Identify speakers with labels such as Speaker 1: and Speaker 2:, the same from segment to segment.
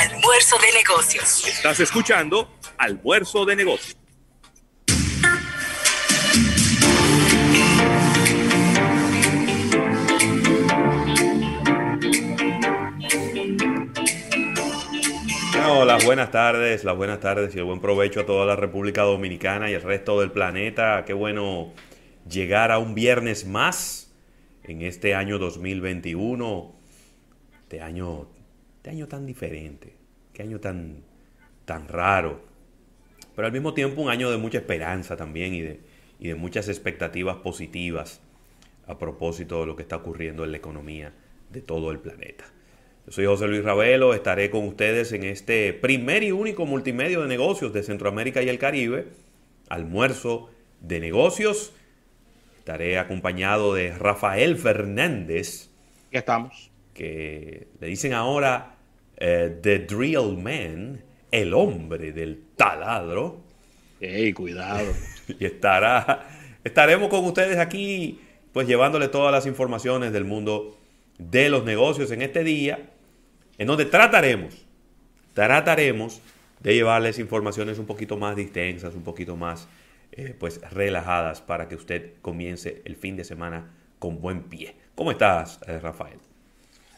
Speaker 1: Almuerzo de negocios.
Speaker 2: Estás escuchando Almuerzo de Negocios. Bueno, las buenas tardes, las buenas tardes y el buen provecho a toda la República Dominicana y el resto del planeta. Qué bueno llegar a un viernes más en este año 2021. Este año Qué año tan diferente, qué año tan, tan raro. Pero al mismo tiempo un año de mucha esperanza también y de, y de muchas expectativas positivas a propósito de lo que está ocurriendo en la economía de todo el planeta. Yo soy José Luis Ravelo, estaré con ustedes en este primer y único multimedio de negocios de Centroamérica y el Caribe, almuerzo de negocios. Estaré acompañado de Rafael Fernández,
Speaker 3: Ya estamos.
Speaker 2: que le dicen ahora eh, The Drill Man, el hombre del taladro,
Speaker 3: Ey, cuidado.
Speaker 2: y estará, estaremos con ustedes aquí, pues llevándole todas las informaciones del mundo de los negocios en este día, en donde trataremos, trataremos de llevarles informaciones un poquito más distensas, un poquito más, eh, pues relajadas para que usted comience el fin de semana con buen pie. ¿Cómo estás, eh, Rafael?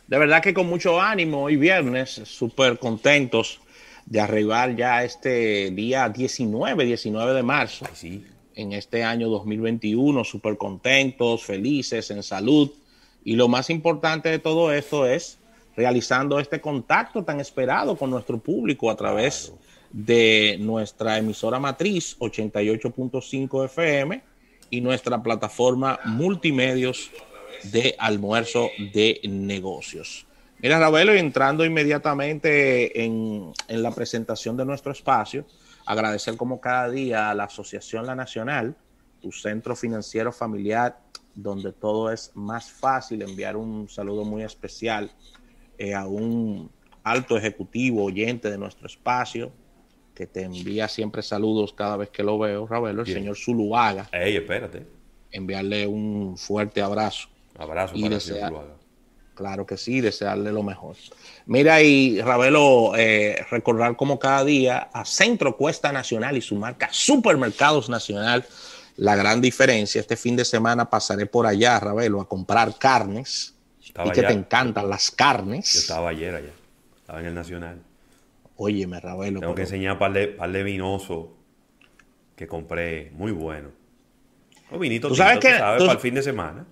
Speaker 3: De verdad que con mucho ánimo hoy viernes, súper contentos de arribar ya a este día 19, 19 de marzo,
Speaker 2: Ay, sí.
Speaker 3: en este año 2021, súper contentos, felices, en salud. Y lo más importante de todo esto es realizando este contacto tan esperado con nuestro público a través
Speaker 2: Claro.
Speaker 3: de nuestra emisora matriz 88.5 FM y nuestra plataforma multimedios de almuerzo de negocios. Mira, Ravelo, y entrando inmediatamente en, en la presentación de nuestro espacio, agradecer como cada día a la Asociación La Nacional, tu centro financiero familiar, donde todo es más fácil, enviar un saludo muy especial eh, a un alto ejecutivo oyente de nuestro espacio, que te envía siempre saludos cada vez que lo veo, Ravelo, el
Speaker 2: Bien.
Speaker 3: señor Zuluaga,
Speaker 2: Ey, espérate.
Speaker 3: enviarle un fuerte abrazo.
Speaker 2: Abrazo
Speaker 3: Y
Speaker 2: para el
Speaker 3: desea-
Speaker 2: señor Zuluaga.
Speaker 3: Claro que sí, desearle lo mejor. Mira, y Ravelo, eh, recordar como cada día a Centro Cuesta Nacional y su marca Supermercados Nacional, la gran diferencia. Este fin de semana pasaré por allá, Ravelo, a comprar carnes.
Speaker 2: Estaba
Speaker 3: y que
Speaker 2: allá.
Speaker 3: te encantan las carnes.
Speaker 2: Yo estaba ayer allá, estaba en el Nacional.
Speaker 3: Óyeme, Ravelo,
Speaker 2: Tengo que
Speaker 3: pero
Speaker 2: enseñar par de, par de vinoso que compré, muy bueno. Un vinito
Speaker 3: Tú
Speaker 2: tinto,
Speaker 3: sabes que- tú-
Speaker 2: para el fin de semana.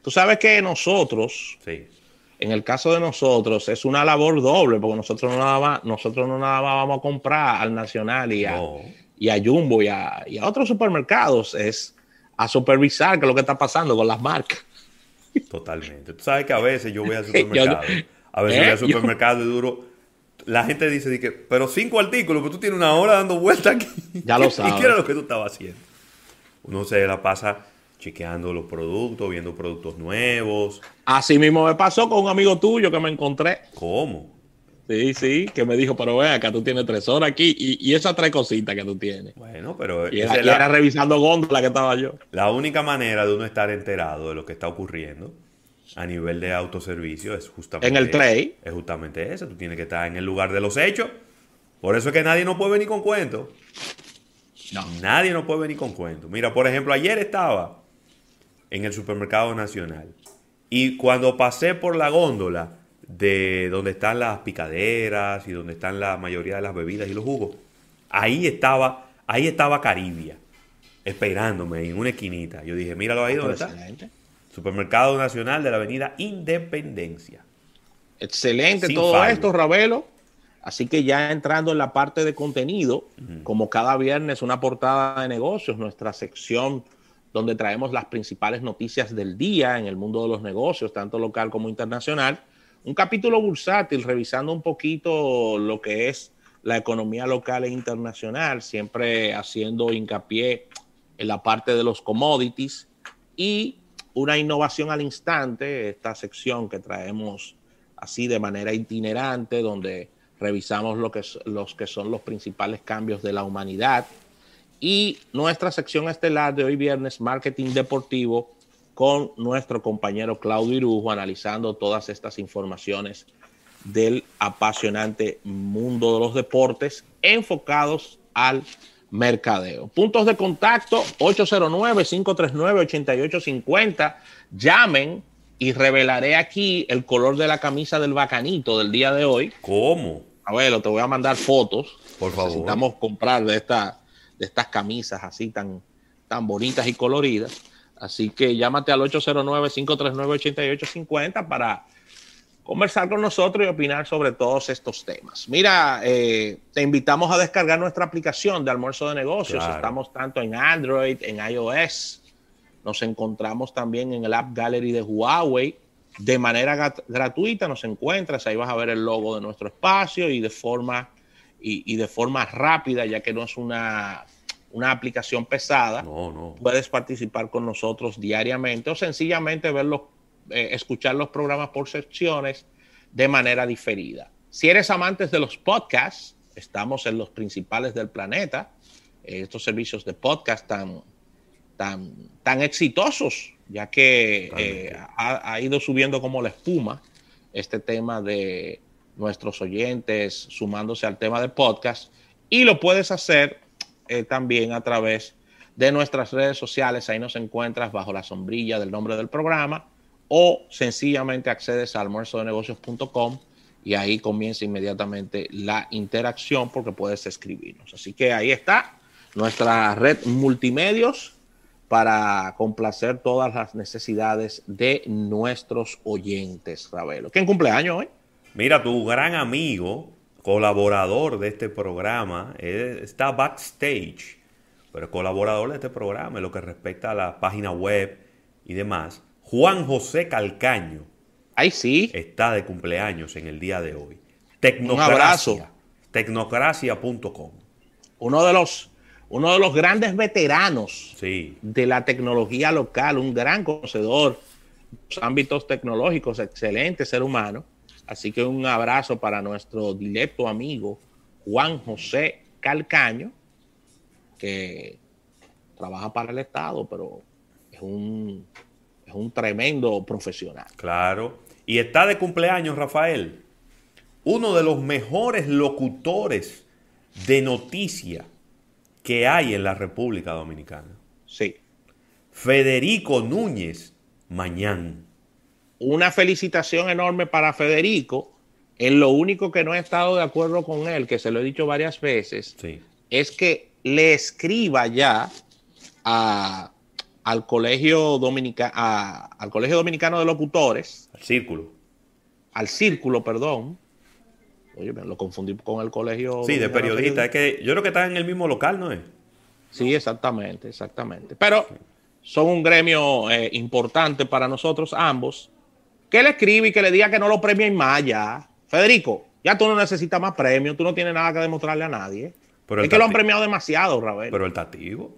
Speaker 3: tú sabes que nosotros,
Speaker 2: Sí,
Speaker 3: En el caso de nosotros, es una labor doble, porque nosotros no nada más, nosotros no nada más vamos a comprar al Nacional y a,
Speaker 2: No.
Speaker 3: y a Jumbo y a, y a otros supermercados, es a supervisar qué es lo que está pasando con las marcas.
Speaker 2: totalmente. Tú sabes que a veces yo voy al
Speaker 3: Yo no-
Speaker 2: supermercado. A veces
Speaker 3: ¿Eh?
Speaker 2: voy al
Speaker 3: Yo-
Speaker 2: supermercado y duro. La gente dice, di que, pero cinco artículos, pero tú tienes una hora dando vueltas aquí.
Speaker 3: Ya lo
Speaker 2: ¿Y
Speaker 3: sabes.
Speaker 2: qué era lo que tú estabas haciendo? Uno se la pasa chequeando los productos, viendo productos nuevos.
Speaker 3: Así mismo me pasó con un amigo tuyo que me encontré,
Speaker 2: ¿Cómo?
Speaker 3: sí, sí, que me dijo, pero ven acá, tú tienes tres horas aquí y, y esas tres cositas que tú tienes.
Speaker 2: Bueno, pero
Speaker 3: Y
Speaker 2: esa
Speaker 3: era,
Speaker 2: es
Speaker 3: y era revisando góndola que estaba yo.
Speaker 2: La única manera de uno estar enterado de lo que está ocurriendo a nivel de autoservicio es justamente
Speaker 3: En el trade.
Speaker 2: Es justamente eso. Tú tienes que estar en el lugar de los hechos. Por eso es que nadie no puede venir con cuentos.
Speaker 3: No.
Speaker 2: Nadie no puede venir con cuentos. Mira, por ejemplo, ayer estaba en el supermercado nacional y cuando pasé por la góndola de donde están las picaderas y donde están la mayoría de las bebidas y los jugos, ahí estaba, ahí estaba Caribia esperándome en una esquinita. Yo dije, míralo ahí donde está.
Speaker 3: Excelente,
Speaker 2: Supermercado Nacional de la Avenida Independencia.
Speaker 3: Excelente
Speaker 2: Sin
Speaker 3: todo
Speaker 2: fallo.
Speaker 3: esto, Ravelo. Así que ya entrando en la parte de contenido, como cada viernes, una portada de negocios, nuestra sección donde traemos las principales noticias del día en el mundo de los negocios, tanto local como internacional. Un capítulo bursátil, revisando un poquito lo que es la economía local e internacional, siempre haciendo hincapié en la parte de los commodities y una innovación al instante, esta sección que traemos así de manera itinerante, donde revisamos lo que, los que son los principales cambios de la humanidad. Y nuestra sección estelar de hoy viernes, Marketing Deportivo, con nuestro compañero Claudio Irujo, analizando todas estas informaciones del apasionante mundo de los deportes enfocados al mercadeo. Puntos de contacto 809-539-8850. Llamen y revelaré aquí el color de la camisa del bacanito del día de hoy.
Speaker 2: ¿Cómo?
Speaker 3: A ver, te voy a mandar fotos.
Speaker 2: Por favor.
Speaker 3: Necesitamos comprar de, esta, de estas camisas así tan, tan bonitas y coloridas. Así que llámate al 809-539-8850 para conversar con nosotros y opinar sobre todos estos temas. Mira, eh, te invitamos a descargar nuestra aplicación de almuerzo de negocios.
Speaker 2: Claro.
Speaker 3: Estamos tanto en Android, en iOS. Nos encontramos también en el App Gallery de Huawei. De manera gat- gratuita nos encuentras. Ahí vas a ver el logo de nuestro espacio y de forma, y, y de forma rápida, ya que no es una, una aplicación pesada
Speaker 2: No, no.
Speaker 3: puedes participar con nosotros diariamente o sencillamente verlos, eh, escuchar los programas por secciones de manera diferida. Si eres amante de los podcasts, estamos en los principales del planeta, eh, estos servicios de podcast tan, tan, tan exitosos, ya que
Speaker 2: Totalmente.
Speaker 3: eh, ha, ha ido subiendo como la espuma este tema de nuestros oyentes sumándose al tema de podcast y lo puedes hacer eh, también a través de nuestras redes sociales. Ahí nos encuentras bajo la sombrilla del nombre del programa o sencillamente accedes a almuerzodenegocios.com y ahí comienza inmediatamente la interacción porque puedes escribirnos. Así que ahí está nuestra red multimedios para complacer todas las necesidades de nuestros oyentes, Ravelo. ¿Quién cumpleaños hoy?
Speaker 2: Mira, tu gran amigo, colaborador de este programa, eh, está backstage, pero es colaborador de este programa en lo que respecta a la página web y demás. Juan José Calcaño
Speaker 3: Ay, sí.
Speaker 2: está de cumpleaños en el día de hoy.
Speaker 3: abrazo.
Speaker 2: Tecnocracia. Tecnocracia.com.
Speaker 3: Uno de los, uno de los grandes veteranos
Speaker 2: Sí,
Speaker 3: de la tecnología local, un gran conocedor de los ámbitos tecnológicos, excelente ser humano. Así que un abrazo para nuestro directo amigo Juan José Calcaño, que trabaja para el Estado, pero es un, es un tremendo profesional.
Speaker 2: claro. Y está de cumpleaños, Rafael, uno de los mejores locutores de noticia que hay en la República Dominicana.
Speaker 3: Sí.
Speaker 2: Federico Núñez Mañán.
Speaker 3: Una felicitación enorme para Federico. En lo único que no he estado de acuerdo con él, que se lo he dicho varias veces,
Speaker 2: Sí.
Speaker 3: es que le escriba ya a- al, colegio Dominica- a- al Colegio Dominicano de Locutores,
Speaker 2: Al círculo.
Speaker 3: al Círculo, perdón. Oye, me lo confundí con el Colegio.
Speaker 2: Sí, de
Speaker 3: Dominicano
Speaker 2: periodista. Es que yo creo que están en el mismo local, ¿no es?
Speaker 3: Sí, exactamente, exactamente. Pero son un gremio eh, importante para nosotros ambos. Que le escribe y que le diga que no lo premien más ya. Federico, ya tú no necesitas más premios, tú no tienes nada que demostrarle a nadie.
Speaker 2: Pero
Speaker 3: es
Speaker 2: el
Speaker 3: que lo han
Speaker 2: tati-
Speaker 3: premiado demasiado, Ravel.
Speaker 2: Pero el tativo.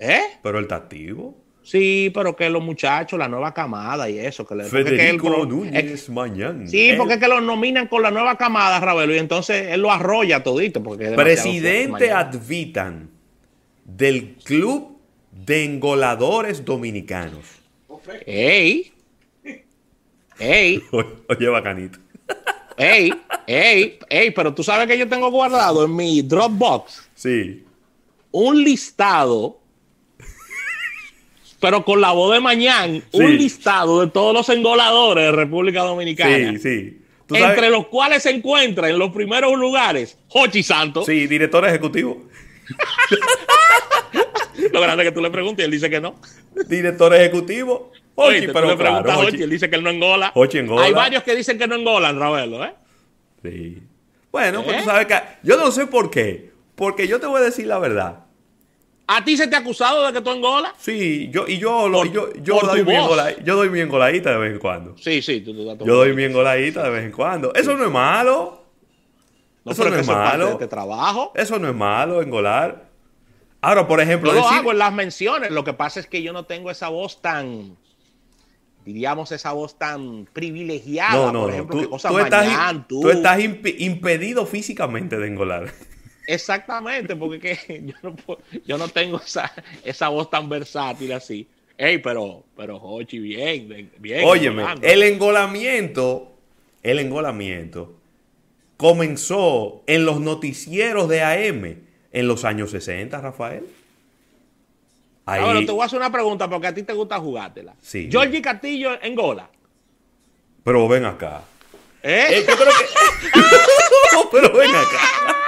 Speaker 3: ¿Eh?
Speaker 2: Pero el tativo.
Speaker 3: Sí, pero que los muchachos, la nueva camada y eso, que le porque que él
Speaker 2: Federico
Speaker 3: pro-
Speaker 2: Núñez
Speaker 3: es-
Speaker 2: Mañán.
Speaker 3: Sí,
Speaker 2: El
Speaker 3: porque es que lo nominan con la nueva camada, Ravelo, y entonces él lo arrolla todito. Porque es demasiado fuerte
Speaker 2: Presidente
Speaker 3: mañana.
Speaker 2: advitan del Club de Engoladores Dominicanos.
Speaker 3: ¡Ey! ¡Ey!
Speaker 2: Oye, bacanito.
Speaker 3: ¡Ey! ¡Ey! ¡Ey! Pero tú sabes que yo tengo guardado en mi Dropbox
Speaker 2: Sí.
Speaker 3: un listado, pero con la voz de mañana,
Speaker 2: Sí.
Speaker 3: un listado de todos los engoladores de República Dominicana.
Speaker 2: Sí, sí. ¿Tú
Speaker 3: Entre
Speaker 2: sabes?
Speaker 3: los cuales se encuentra en los primeros lugares Hochi Santos.
Speaker 2: Sí, director ejecutivo.
Speaker 3: Lo grande es que tú le preguntes y él dice que no.
Speaker 2: Director ejecutivo. Oye,
Speaker 3: Oíste, tú
Speaker 2: pero
Speaker 3: le preguntas
Speaker 2: claro,
Speaker 3: a
Speaker 2: Ochi.
Speaker 3: Hochi, él dice que él no engola.
Speaker 2: Hochi engola.
Speaker 3: Hay varios que dicen que no engolan, Ravelo, ¿eh?
Speaker 2: Sí. Bueno,
Speaker 3: ¿Eh?
Speaker 2: pues tú sabes que yo no sé por qué. Porque yo te voy a decir la verdad.
Speaker 3: ¿A ti se te ha acusado de que tú engolas?
Speaker 2: Sí, yo, y yo, lo-
Speaker 3: Por-
Speaker 2: yo, yo,
Speaker 3: por
Speaker 2: doy
Speaker 3: tu
Speaker 2: mi
Speaker 3: voz.
Speaker 2: engola- yo doy mi engoladita de vez en cuando.
Speaker 3: Sí, sí, tú, tú estás
Speaker 2: Yo doy mi engoladita de vez en cuando. Eso no es malo.
Speaker 3: No,
Speaker 2: eso
Speaker 3: pero
Speaker 2: no
Speaker 3: que
Speaker 2: es
Speaker 3: eso es parte
Speaker 2: malo.
Speaker 3: de este trabajo.
Speaker 2: Eso no es malo, engolar. Ahora, por ejemplo,
Speaker 3: Yo lo
Speaker 2: decir-
Speaker 3: hago en las menciones. Lo que pasa es que yo no tengo esa voz tan, diríamos, esa voz tan privilegiada.
Speaker 2: no, no,
Speaker 3: por
Speaker 2: no.
Speaker 3: ejemplo,
Speaker 2: Tú,
Speaker 3: que cosas
Speaker 2: tú estás,
Speaker 3: mañana,
Speaker 2: tú estás imp- impedido físicamente de engolar.
Speaker 3: Exactamente, porque es que yo, no puedo- yo no tengo esa, esa voz tan versátil así. Ey, pero, pero Hochi, bien, de- bien.
Speaker 2: Óyeme,
Speaker 3: Orlando.
Speaker 2: el engolamiento, el engolamiento comenzó en los noticieros de AM en los años 60, Rafael. Ahí,
Speaker 3: Ahora Ah, te voy a hacer una pregunta porque a ti te gusta jugártela.
Speaker 2: Sí.
Speaker 3: Georgie Castillo en gola.
Speaker 2: pero ven acá.
Speaker 3: ¿Eh?
Speaker 2: Eh, yo creo que- pero ven acá.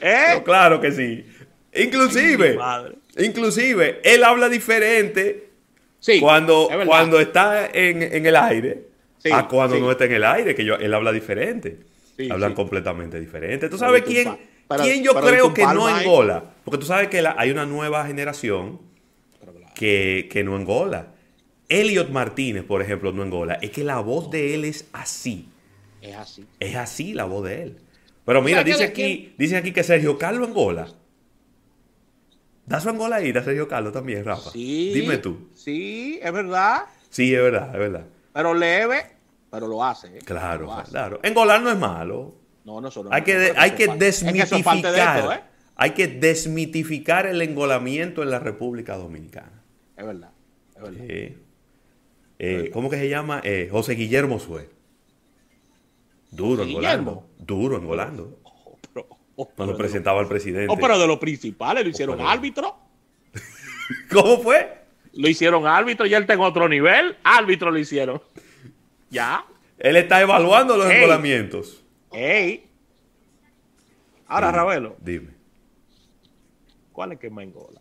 Speaker 3: ¿Eh?
Speaker 2: Claro que sí.
Speaker 3: Ay,
Speaker 2: Inclusive,
Speaker 3: mi madre.
Speaker 2: inclusive, él habla diferente
Speaker 3: Sí.
Speaker 2: cuando,
Speaker 3: es verdad.
Speaker 2: cuando está en, en el aire
Speaker 3: Sí,
Speaker 2: a cuando
Speaker 3: sí.
Speaker 2: no está en el aire, que yo- él habla diferente.
Speaker 3: Sí,
Speaker 2: Hablan
Speaker 3: sí.
Speaker 2: completamente diferente. ¿Tú
Speaker 3: Para
Speaker 2: sabes
Speaker 3: disculpa-
Speaker 2: quién,
Speaker 3: para-
Speaker 2: quién yo
Speaker 3: para
Speaker 2: creo que no
Speaker 3: disculparme, Mike.
Speaker 2: engola? Porque tú sabes que la- hay una nueva generación que, que no engola. Elliot Martínez, por ejemplo, no engola. Es que la voz de él es así.
Speaker 3: Es así.
Speaker 2: Es así la voz de él. Pero mira,
Speaker 3: ¿Sabes qué
Speaker 2: dice
Speaker 3: de
Speaker 2: aquí, dice aquí que Sergio Carlos engola. Da su engola ahí, da Sergio Carlos también, Rafa.
Speaker 3: Sí.
Speaker 2: Dime tú.
Speaker 3: Sí, es verdad.
Speaker 2: Sí, es verdad, es verdad.
Speaker 3: Pero leve, pero lo hace. ¿eh?
Speaker 2: Claro,
Speaker 3: Lo hace.
Speaker 2: claro. Engolar no es malo.
Speaker 3: No, no, eso no
Speaker 2: Hay
Speaker 3: es
Speaker 2: que,
Speaker 3: malo,
Speaker 2: de-
Speaker 3: pero
Speaker 2: hay
Speaker 3: eso
Speaker 2: que
Speaker 3: es parte- ¿eh? es que eso es parte de
Speaker 2: desmitificar.
Speaker 3: esto, ¿eh?
Speaker 2: Hay que desmitificar el engolamiento en la República Dominicana.
Speaker 3: ¿eh? Es verdad. Es verdad.
Speaker 2: Eh, eh, ¿Cómo que se llama? Eh, José Guillermo Sue. Duro
Speaker 3: José
Speaker 2: engolando.
Speaker 3: Guillermo.
Speaker 2: Duro engolando.
Speaker 3: Oh, pero- oh, pero
Speaker 2: Cuando
Speaker 3: de
Speaker 2: presentaba al presidente. Oh,
Speaker 3: lo- oh, pero de los principales lo hicieron
Speaker 2: pero-
Speaker 3: árbitro.
Speaker 2: ¿Cómo fue?
Speaker 3: Lo hicieron árbitro y él está en otro nivel. Árbitro lo hicieron. Ya.
Speaker 2: Él está evaluando los
Speaker 3: Ey.
Speaker 2: engolamientos.
Speaker 3: Ey. Ahora,
Speaker 2: Dime,
Speaker 3: Ravelo,
Speaker 2: Dime.
Speaker 3: ¿cuál es que me engola?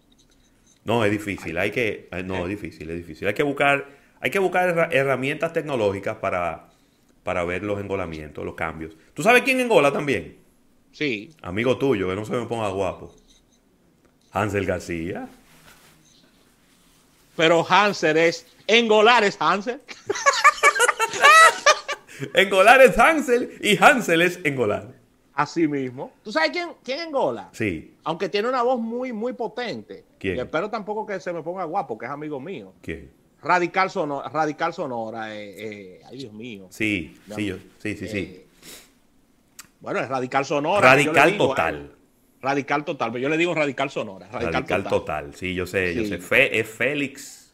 Speaker 2: No, es difícil, hay que, eh, no, es difícil, es difícil. Hay que buscar, hay que buscar herra- herramientas tecnológicas para, para ver los engolamientos, los cambios. ¿Tú sabes quién engola también?
Speaker 3: Sí.
Speaker 2: Amigo tuyo, que no se me ponga guapo. Hansel García.
Speaker 3: Pero Hanser es. Engolar es Hanser.
Speaker 2: Engolar es Hansel y Hansel es engolar.
Speaker 3: Así mismo. ¿Tú sabes quién, quién engola?
Speaker 2: Sí,
Speaker 3: Aunque tiene una voz muy, muy potente.
Speaker 2: ¿Quién?
Speaker 3: Y espero tampoco que se me ponga guapo, que es amigo mío.
Speaker 2: ¿quién?
Speaker 3: Radical Sonora. Radical Sonora. eh, eh, ay, Dios mío.
Speaker 2: Sí, sí, yo, sí, sí, sí.
Speaker 3: Eh, bueno, es Radical Sonora. yo le
Speaker 2: Radical
Speaker 3: digo,
Speaker 2: total.
Speaker 3: eh, radical total, pero yo le digo Radical Sonora. Radical,
Speaker 2: Radical
Speaker 3: total.
Speaker 2: total. Sí, yo sé, yo
Speaker 3: Sí.
Speaker 2: sé. Fe- es Félix.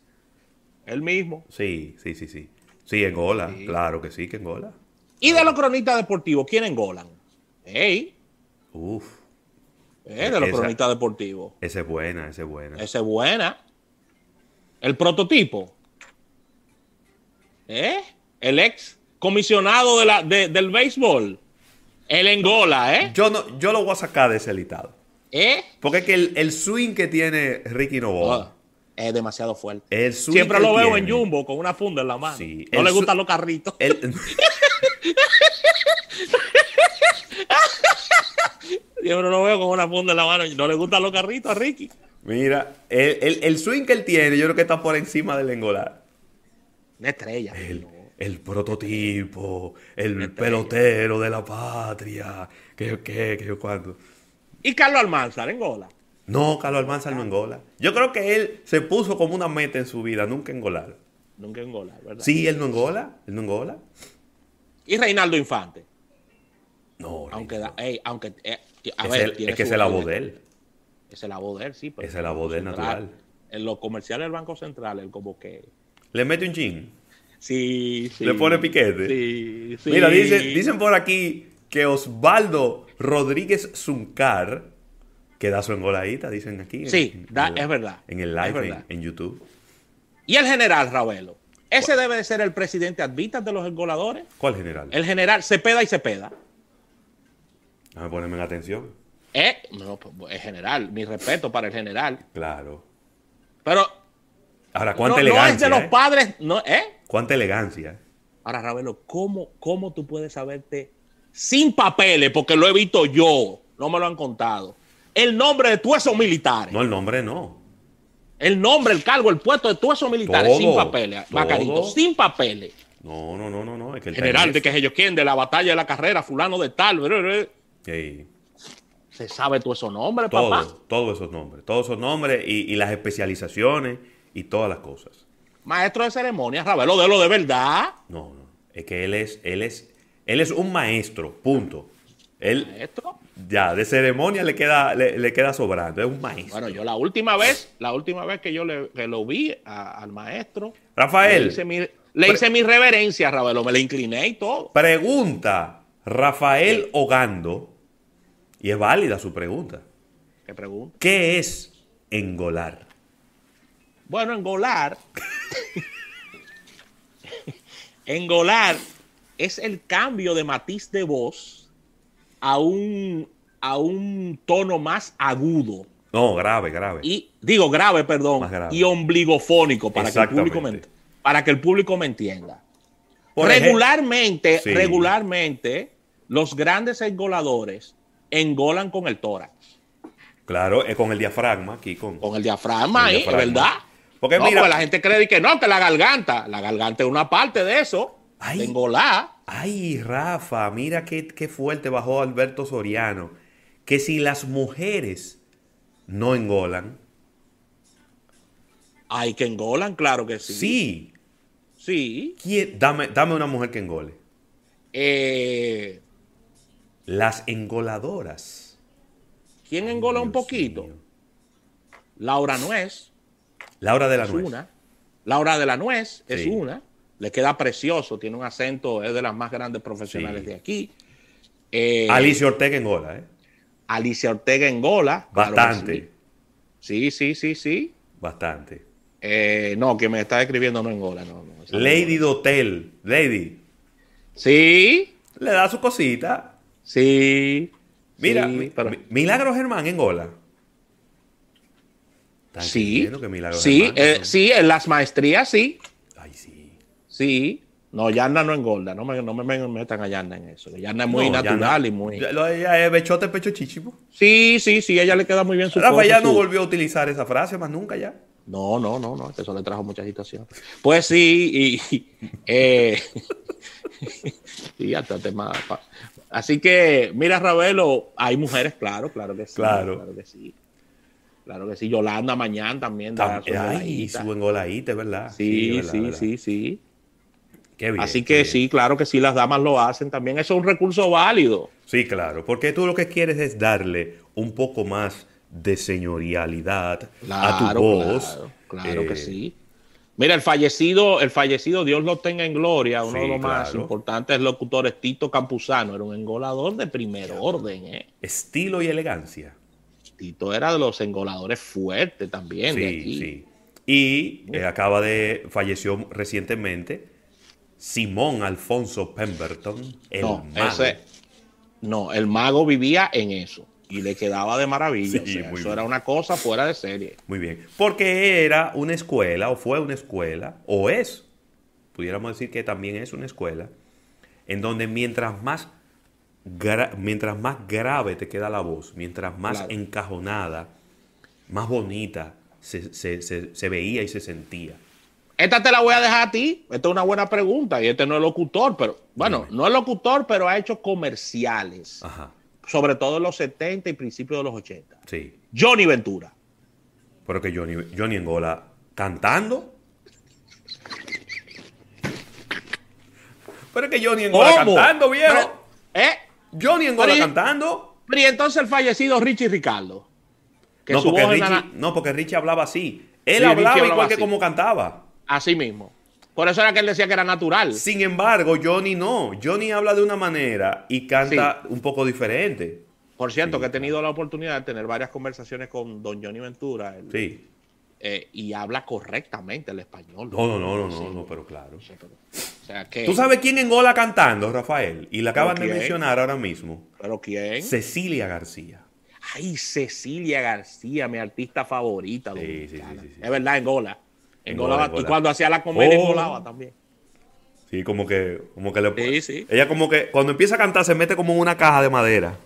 Speaker 3: El mismo.
Speaker 2: Sí, sí, sí, sí. Sí, engola,
Speaker 3: Sí.
Speaker 2: claro que sí, que engola.
Speaker 3: Y de los cronistas deportivos, ¿quién engolan? Ey,
Speaker 2: Uf,
Speaker 3: eh, de los
Speaker 2: Esa-
Speaker 3: cronistas deportivos.
Speaker 2: esa es buena, esa es buena.
Speaker 3: Ese es buena. El prototipo. ¿Eh? El ex comisionado de la, de- del béisbol. El engola, ¿eh?
Speaker 2: Yo, no, yo lo voy a sacar de ese listado.
Speaker 3: ¿Eh?
Speaker 2: Porque es que el, el swing que tiene Ricky
Speaker 3: Oh,
Speaker 2: Novoa,
Speaker 3: es demasiado fuerte.
Speaker 2: el swing
Speaker 3: Siempre
Speaker 2: que
Speaker 3: lo veo
Speaker 2: tiene,
Speaker 3: en Jumbo con una funda en la mano.
Speaker 2: Sí,
Speaker 3: no
Speaker 2: el
Speaker 3: le
Speaker 2: su-
Speaker 3: gustan los carritos.
Speaker 2: el-
Speaker 3: Siempre lo veo con una funda en la mano. y No le gustan los carritos a Ricky.
Speaker 2: mira, el, el- el swing que él tiene, yo creo que está por encima del engolar.
Speaker 3: Una estrella.
Speaker 2: El,
Speaker 3: no.
Speaker 2: el prototipo,
Speaker 3: Este.
Speaker 2: el pelotero de la patria, que yo qué, que yo cuándo.
Speaker 3: Y Carlos Almanzar, engola.
Speaker 2: No, Carlos Almanzar no engola. Yo creo que él se puso como una meta en su vida, nunca engolar.
Speaker 3: Nunca engola, ¿verdad?
Speaker 2: Sí, él no engola, él no engola.
Speaker 3: Y Reinaldo Infante.
Speaker 2: No,
Speaker 3: Aunque, da-
Speaker 2: Ricky,
Speaker 3: ey, aunque eh, ti- a
Speaker 2: es,
Speaker 3: ver,
Speaker 2: el-
Speaker 3: tiene
Speaker 2: es que
Speaker 3: su-
Speaker 2: esa es la voz de él.
Speaker 3: Esa es la voz de él, sí. pero
Speaker 2: Esa es la voz de él natural.
Speaker 3: En los comerciales del Banco Central, él como que.
Speaker 2: Le mete un chin.
Speaker 3: Sí, sí.
Speaker 2: Le pone piquete.
Speaker 3: Sí, sí.
Speaker 2: Mira, dice- dicen por aquí que Osvaldo Rodríguez Zuncar, que da su engoladita, dicen aquí. en-
Speaker 3: Sí,
Speaker 2: en
Speaker 3: da-
Speaker 2: el-
Speaker 3: es verdad,
Speaker 2: En el
Speaker 3: es
Speaker 2: live en,
Speaker 3: verdad.
Speaker 2: en YouTube.
Speaker 3: Y el general Ravelo. Ese debe de ser el presidente advita de los engoladores.
Speaker 2: ¿Cuál general?
Speaker 3: El general Cepeda y Cepeda.
Speaker 2: Déjame ponerme en atención.
Speaker 3: Eh, no, pues, el general, mi respeto para el general.
Speaker 2: Claro.
Speaker 3: Pero
Speaker 2: Ahora,
Speaker 3: no,
Speaker 2: cuánta
Speaker 3: no
Speaker 2: elegancia.
Speaker 3: es de los
Speaker 2: eh?
Speaker 3: padres, no, ¿eh?
Speaker 2: Cuánta elegancia.
Speaker 3: Ahora, Ravelo, ¿cómo, ¿cómo tú puedes saberte sin papeles? Porque lo he visto yo, no me lo han contado. el nombre de todos esos militares.
Speaker 2: No, el nombre no.
Speaker 3: El nombre, el cargo, el puesto de todos esos militares
Speaker 2: Todo,
Speaker 3: sin papeles,
Speaker 2: todo.
Speaker 3: Bacarito, sin papeles.
Speaker 2: No, no, no, no, no. Es que el
Speaker 3: General de
Speaker 2: Tainés-
Speaker 3: que ellos quién, de la batalla de la carrera, fulano de tal. bla, bla, bla.
Speaker 2: Sí.
Speaker 3: Se sabe todos esos nombres, papá.
Speaker 2: Todo, todos esos nombres. Todos esos nombres y, y las especializaciones y todas las cosas.
Speaker 3: Maestro de ceremonias, Ravelo, de lo de verdad.
Speaker 2: No, no. Es que él es, él es, él es un maestro, punto. Él,
Speaker 3: Maestro.
Speaker 2: ya, de ceremonia le queda, le, le queda sobrando. Es un maestro.
Speaker 3: Bueno, yo la última vez, la última vez que yo le, que lo vi a- al maestro, le
Speaker 2: Rafael,
Speaker 3: hice mi, le hice mi reverencia, Ravelo, me le incliné y todo.
Speaker 2: pregunta Rafael Ogando, y es válida su pregunta.
Speaker 3: Que pregunta.
Speaker 2: ¿Qué es engolar?
Speaker 3: Bueno, engolar. engolar es el cambio de matiz de voz a un, a un tono más agudo.
Speaker 2: No, grave, grave.
Speaker 3: y digo grave, perdón,
Speaker 2: Más grave.
Speaker 3: y ombligofónico para que el público me,
Speaker 2: Exactamente.
Speaker 3: para que el público me entienda.
Speaker 2: Por ej-
Speaker 3: regularmente,
Speaker 2: Sí.
Speaker 3: regularmente los grandes engoladores engolan con el tórax,
Speaker 2: Claro, es con el diafragma, aquí con...
Speaker 3: con el diafragma,
Speaker 2: El
Speaker 3: ¿eh?
Speaker 2: diafragma.
Speaker 3: ¿verdad?
Speaker 2: Porque
Speaker 3: No,
Speaker 2: mira-
Speaker 3: porque la gente cree que no, que la garganta, la garganta es una parte de eso,
Speaker 2: Ay.
Speaker 3: de engolar.
Speaker 2: Ay, Rafa, mira qué, qué fuerte bajó Alberto Soriano. Que si las mujeres no engolan,
Speaker 3: Ay, que engolan, claro que sí.
Speaker 2: sí.
Speaker 3: Sí.
Speaker 2: ¿Quién- Dame, dame una mujer que engole.
Speaker 3: Eh,
Speaker 2: Las engoladoras.
Speaker 3: ¿Quién engola un
Speaker 2: Dios
Speaker 3: poquito?
Speaker 2: mío.
Speaker 3: Laura Nuez.
Speaker 2: Laura de la
Speaker 3: es
Speaker 2: Nuez.
Speaker 3: una. Laura de la Nuez es
Speaker 2: Sí.
Speaker 3: una. Le queda precioso, tiene un acento, es de las más grandes profesionales
Speaker 2: Sí.
Speaker 3: de aquí. Eh,
Speaker 2: Alicia Ortega engola, ¿eh?
Speaker 3: Alicia Ortega en Gola. claro que
Speaker 2: Bastante,
Speaker 3: sí. Sí, sí, sí, sí.
Speaker 2: bastante.
Speaker 3: Eh, no, que me está escribiendo no en Gola. No, no, esa no.
Speaker 2: Lady Dotel, Lady,
Speaker 3: Sí,
Speaker 2: le da su cosita.
Speaker 3: sí.
Speaker 2: Mira,
Speaker 3: sí,
Speaker 2: mi-
Speaker 3: pero-
Speaker 2: mi- Milagro Germán engola. Tan
Speaker 3: sí,
Speaker 2: sincero que Milagro
Speaker 3: sí,
Speaker 2: Germán,
Speaker 3: eh,
Speaker 2: ¿no?
Speaker 3: sí, en las maestrías sí,
Speaker 2: Ay, sí.
Speaker 3: sí. No, Yarna no engorda, no me, no me- me metan a Yarna en eso. Yarna es muy
Speaker 2: No, ya
Speaker 3: natural
Speaker 2: no.
Speaker 3: y muy...
Speaker 2: Ya lo- ya es bechote, pecho chichipo.
Speaker 3: Sí, sí, sí, a ella le queda muy bien su
Speaker 2: Rafa
Speaker 3: cosa,
Speaker 2: ya no
Speaker 3: su-
Speaker 2: volvió a utilizar esa frase más nunca ya.
Speaker 3: No, no, no, no, que eso le trajo mucha agitación. Pues sí, y, eh, y hasta te ma- pa- Así que, mira, Ravelo, hay mujeres, claro, claro que sí.
Speaker 2: Claro.
Speaker 3: que sí. Claro que sí. Yolanda mañana también. dará su
Speaker 2: Ay,
Speaker 3: engoladita.
Speaker 2: su engoladita, es verdad.
Speaker 3: sí,
Speaker 2: es verdad,
Speaker 3: sí,
Speaker 2: verdad.
Speaker 3: sí, sí.
Speaker 2: Qué bien,
Speaker 3: Así
Speaker 2: qué
Speaker 3: que
Speaker 2: bien.
Speaker 3: sí, claro que sí, las damas lo hacen también. Eso es un recurso válido.
Speaker 2: Sí, claro, porque tú lo que quieres es darle un poco más de señorialidad a tu voz.
Speaker 3: Claro, claro
Speaker 2: Eh,
Speaker 3: que sí. Mira, el fallecido, el fallecido, Dios lo tenga en gloria, uno
Speaker 2: Sí,
Speaker 3: de los más
Speaker 2: claro.
Speaker 3: importantes locutores, Tito Campuzano, era un engolador de primer orden, ¿eh?
Speaker 2: Estilo y elegancia.
Speaker 3: Tito era de los engoladores fuertes también de
Speaker 2: Sí,
Speaker 3: aquí.
Speaker 2: sí. Y eh, acaba de falleció recientemente Simón Alfonso Pemberton, el
Speaker 3: no,
Speaker 2: mago.
Speaker 3: ese- no, el mago vivía en eso y le quedaba de maravilla.
Speaker 2: Sí,
Speaker 3: o sea,
Speaker 2: muy
Speaker 3: eso
Speaker 2: bien.
Speaker 3: era una cosa fuera de serie.
Speaker 2: Muy bien. Porque era una escuela, o fue una escuela, o es, pudiéramos decir que también es una escuela, en donde mientras más, gra- mientras más grave te queda la voz, mientras más
Speaker 3: Claro.
Speaker 2: encajonada, más bonita se, se- se- se veía y se sentía.
Speaker 3: Esta te la voy a dejar a ti. Esta es una buena pregunta y este no es locutor, pero bueno,
Speaker 2: Dime. Ah,
Speaker 3: no es locutor, pero ha hecho comerciales.
Speaker 2: Ajá,
Speaker 3: sobre todo en los 70 y principios de los 80.
Speaker 2: sí.
Speaker 3: Johnny Ventura.
Speaker 2: Pero que Johnny, Johnny Engola cantando. Pero que Johnny Engola cantando, viejo.
Speaker 3: Pero, ¿Eh?
Speaker 2: Johnny Engola
Speaker 3: Pero y-
Speaker 2: cantando.
Speaker 3: Pero y entonces el fallecido Richie Ricardo. Que
Speaker 2: No
Speaker 3: su
Speaker 2: porque,
Speaker 3: voz
Speaker 2: Richie,
Speaker 3: era na-
Speaker 2: no, porque Richie hablaba así. Él
Speaker 3: Sí,
Speaker 2: hablaba
Speaker 3: Richie hablaba
Speaker 2: igual que
Speaker 3: así.
Speaker 2: como cantaba.
Speaker 3: así mismo. Por eso era que él decía que era natural.
Speaker 2: Sin embargo, Johnny no. Johnny habla de una manera y canta un poco diferente.
Speaker 3: Por cierto,
Speaker 2: Sí.
Speaker 3: que he tenido la oportunidad de tener varias conversaciones con don Johnny Ventura el-
Speaker 2: Sí.
Speaker 3: eh, y habla correctamente el español.
Speaker 2: No, no, no, no,
Speaker 3: Sí. Eh.
Speaker 2: no, no, pero claro.
Speaker 3: Sí, pero- o sea que,
Speaker 2: ¿Tú sabes quién engola cantando, Rafael? Y la acaban de
Speaker 3: Ok.
Speaker 2: mencionar ahora mismo.
Speaker 3: ¿Pero quién?
Speaker 2: Cecilia García.
Speaker 3: Ay, Cecilia García, mi artista favorita.
Speaker 2: Sí,
Speaker 3: dominicana.
Speaker 2: sí, sí, sí, sí.
Speaker 3: Es verdad, Engola.
Speaker 2: Engola,
Speaker 3: Engolaba.
Speaker 2: engola.
Speaker 3: Y cuando hacía la comedia,
Speaker 2: Oh.
Speaker 3: engolaba también.
Speaker 2: Sí, como que, como que le
Speaker 3: Sí, sí.
Speaker 2: Ella como que cuando empieza a cantar se mete como en una caja de madera.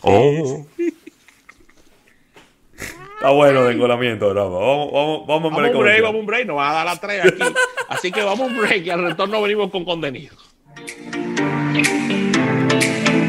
Speaker 2: Oh. Está bueno el encolamiento, no, Vamos, vamos, vamos,
Speaker 3: Vamos a un break, vamos a un break, nos van a dar las tres aquí. Así que vamos a un break y al retorno venimos con contenido.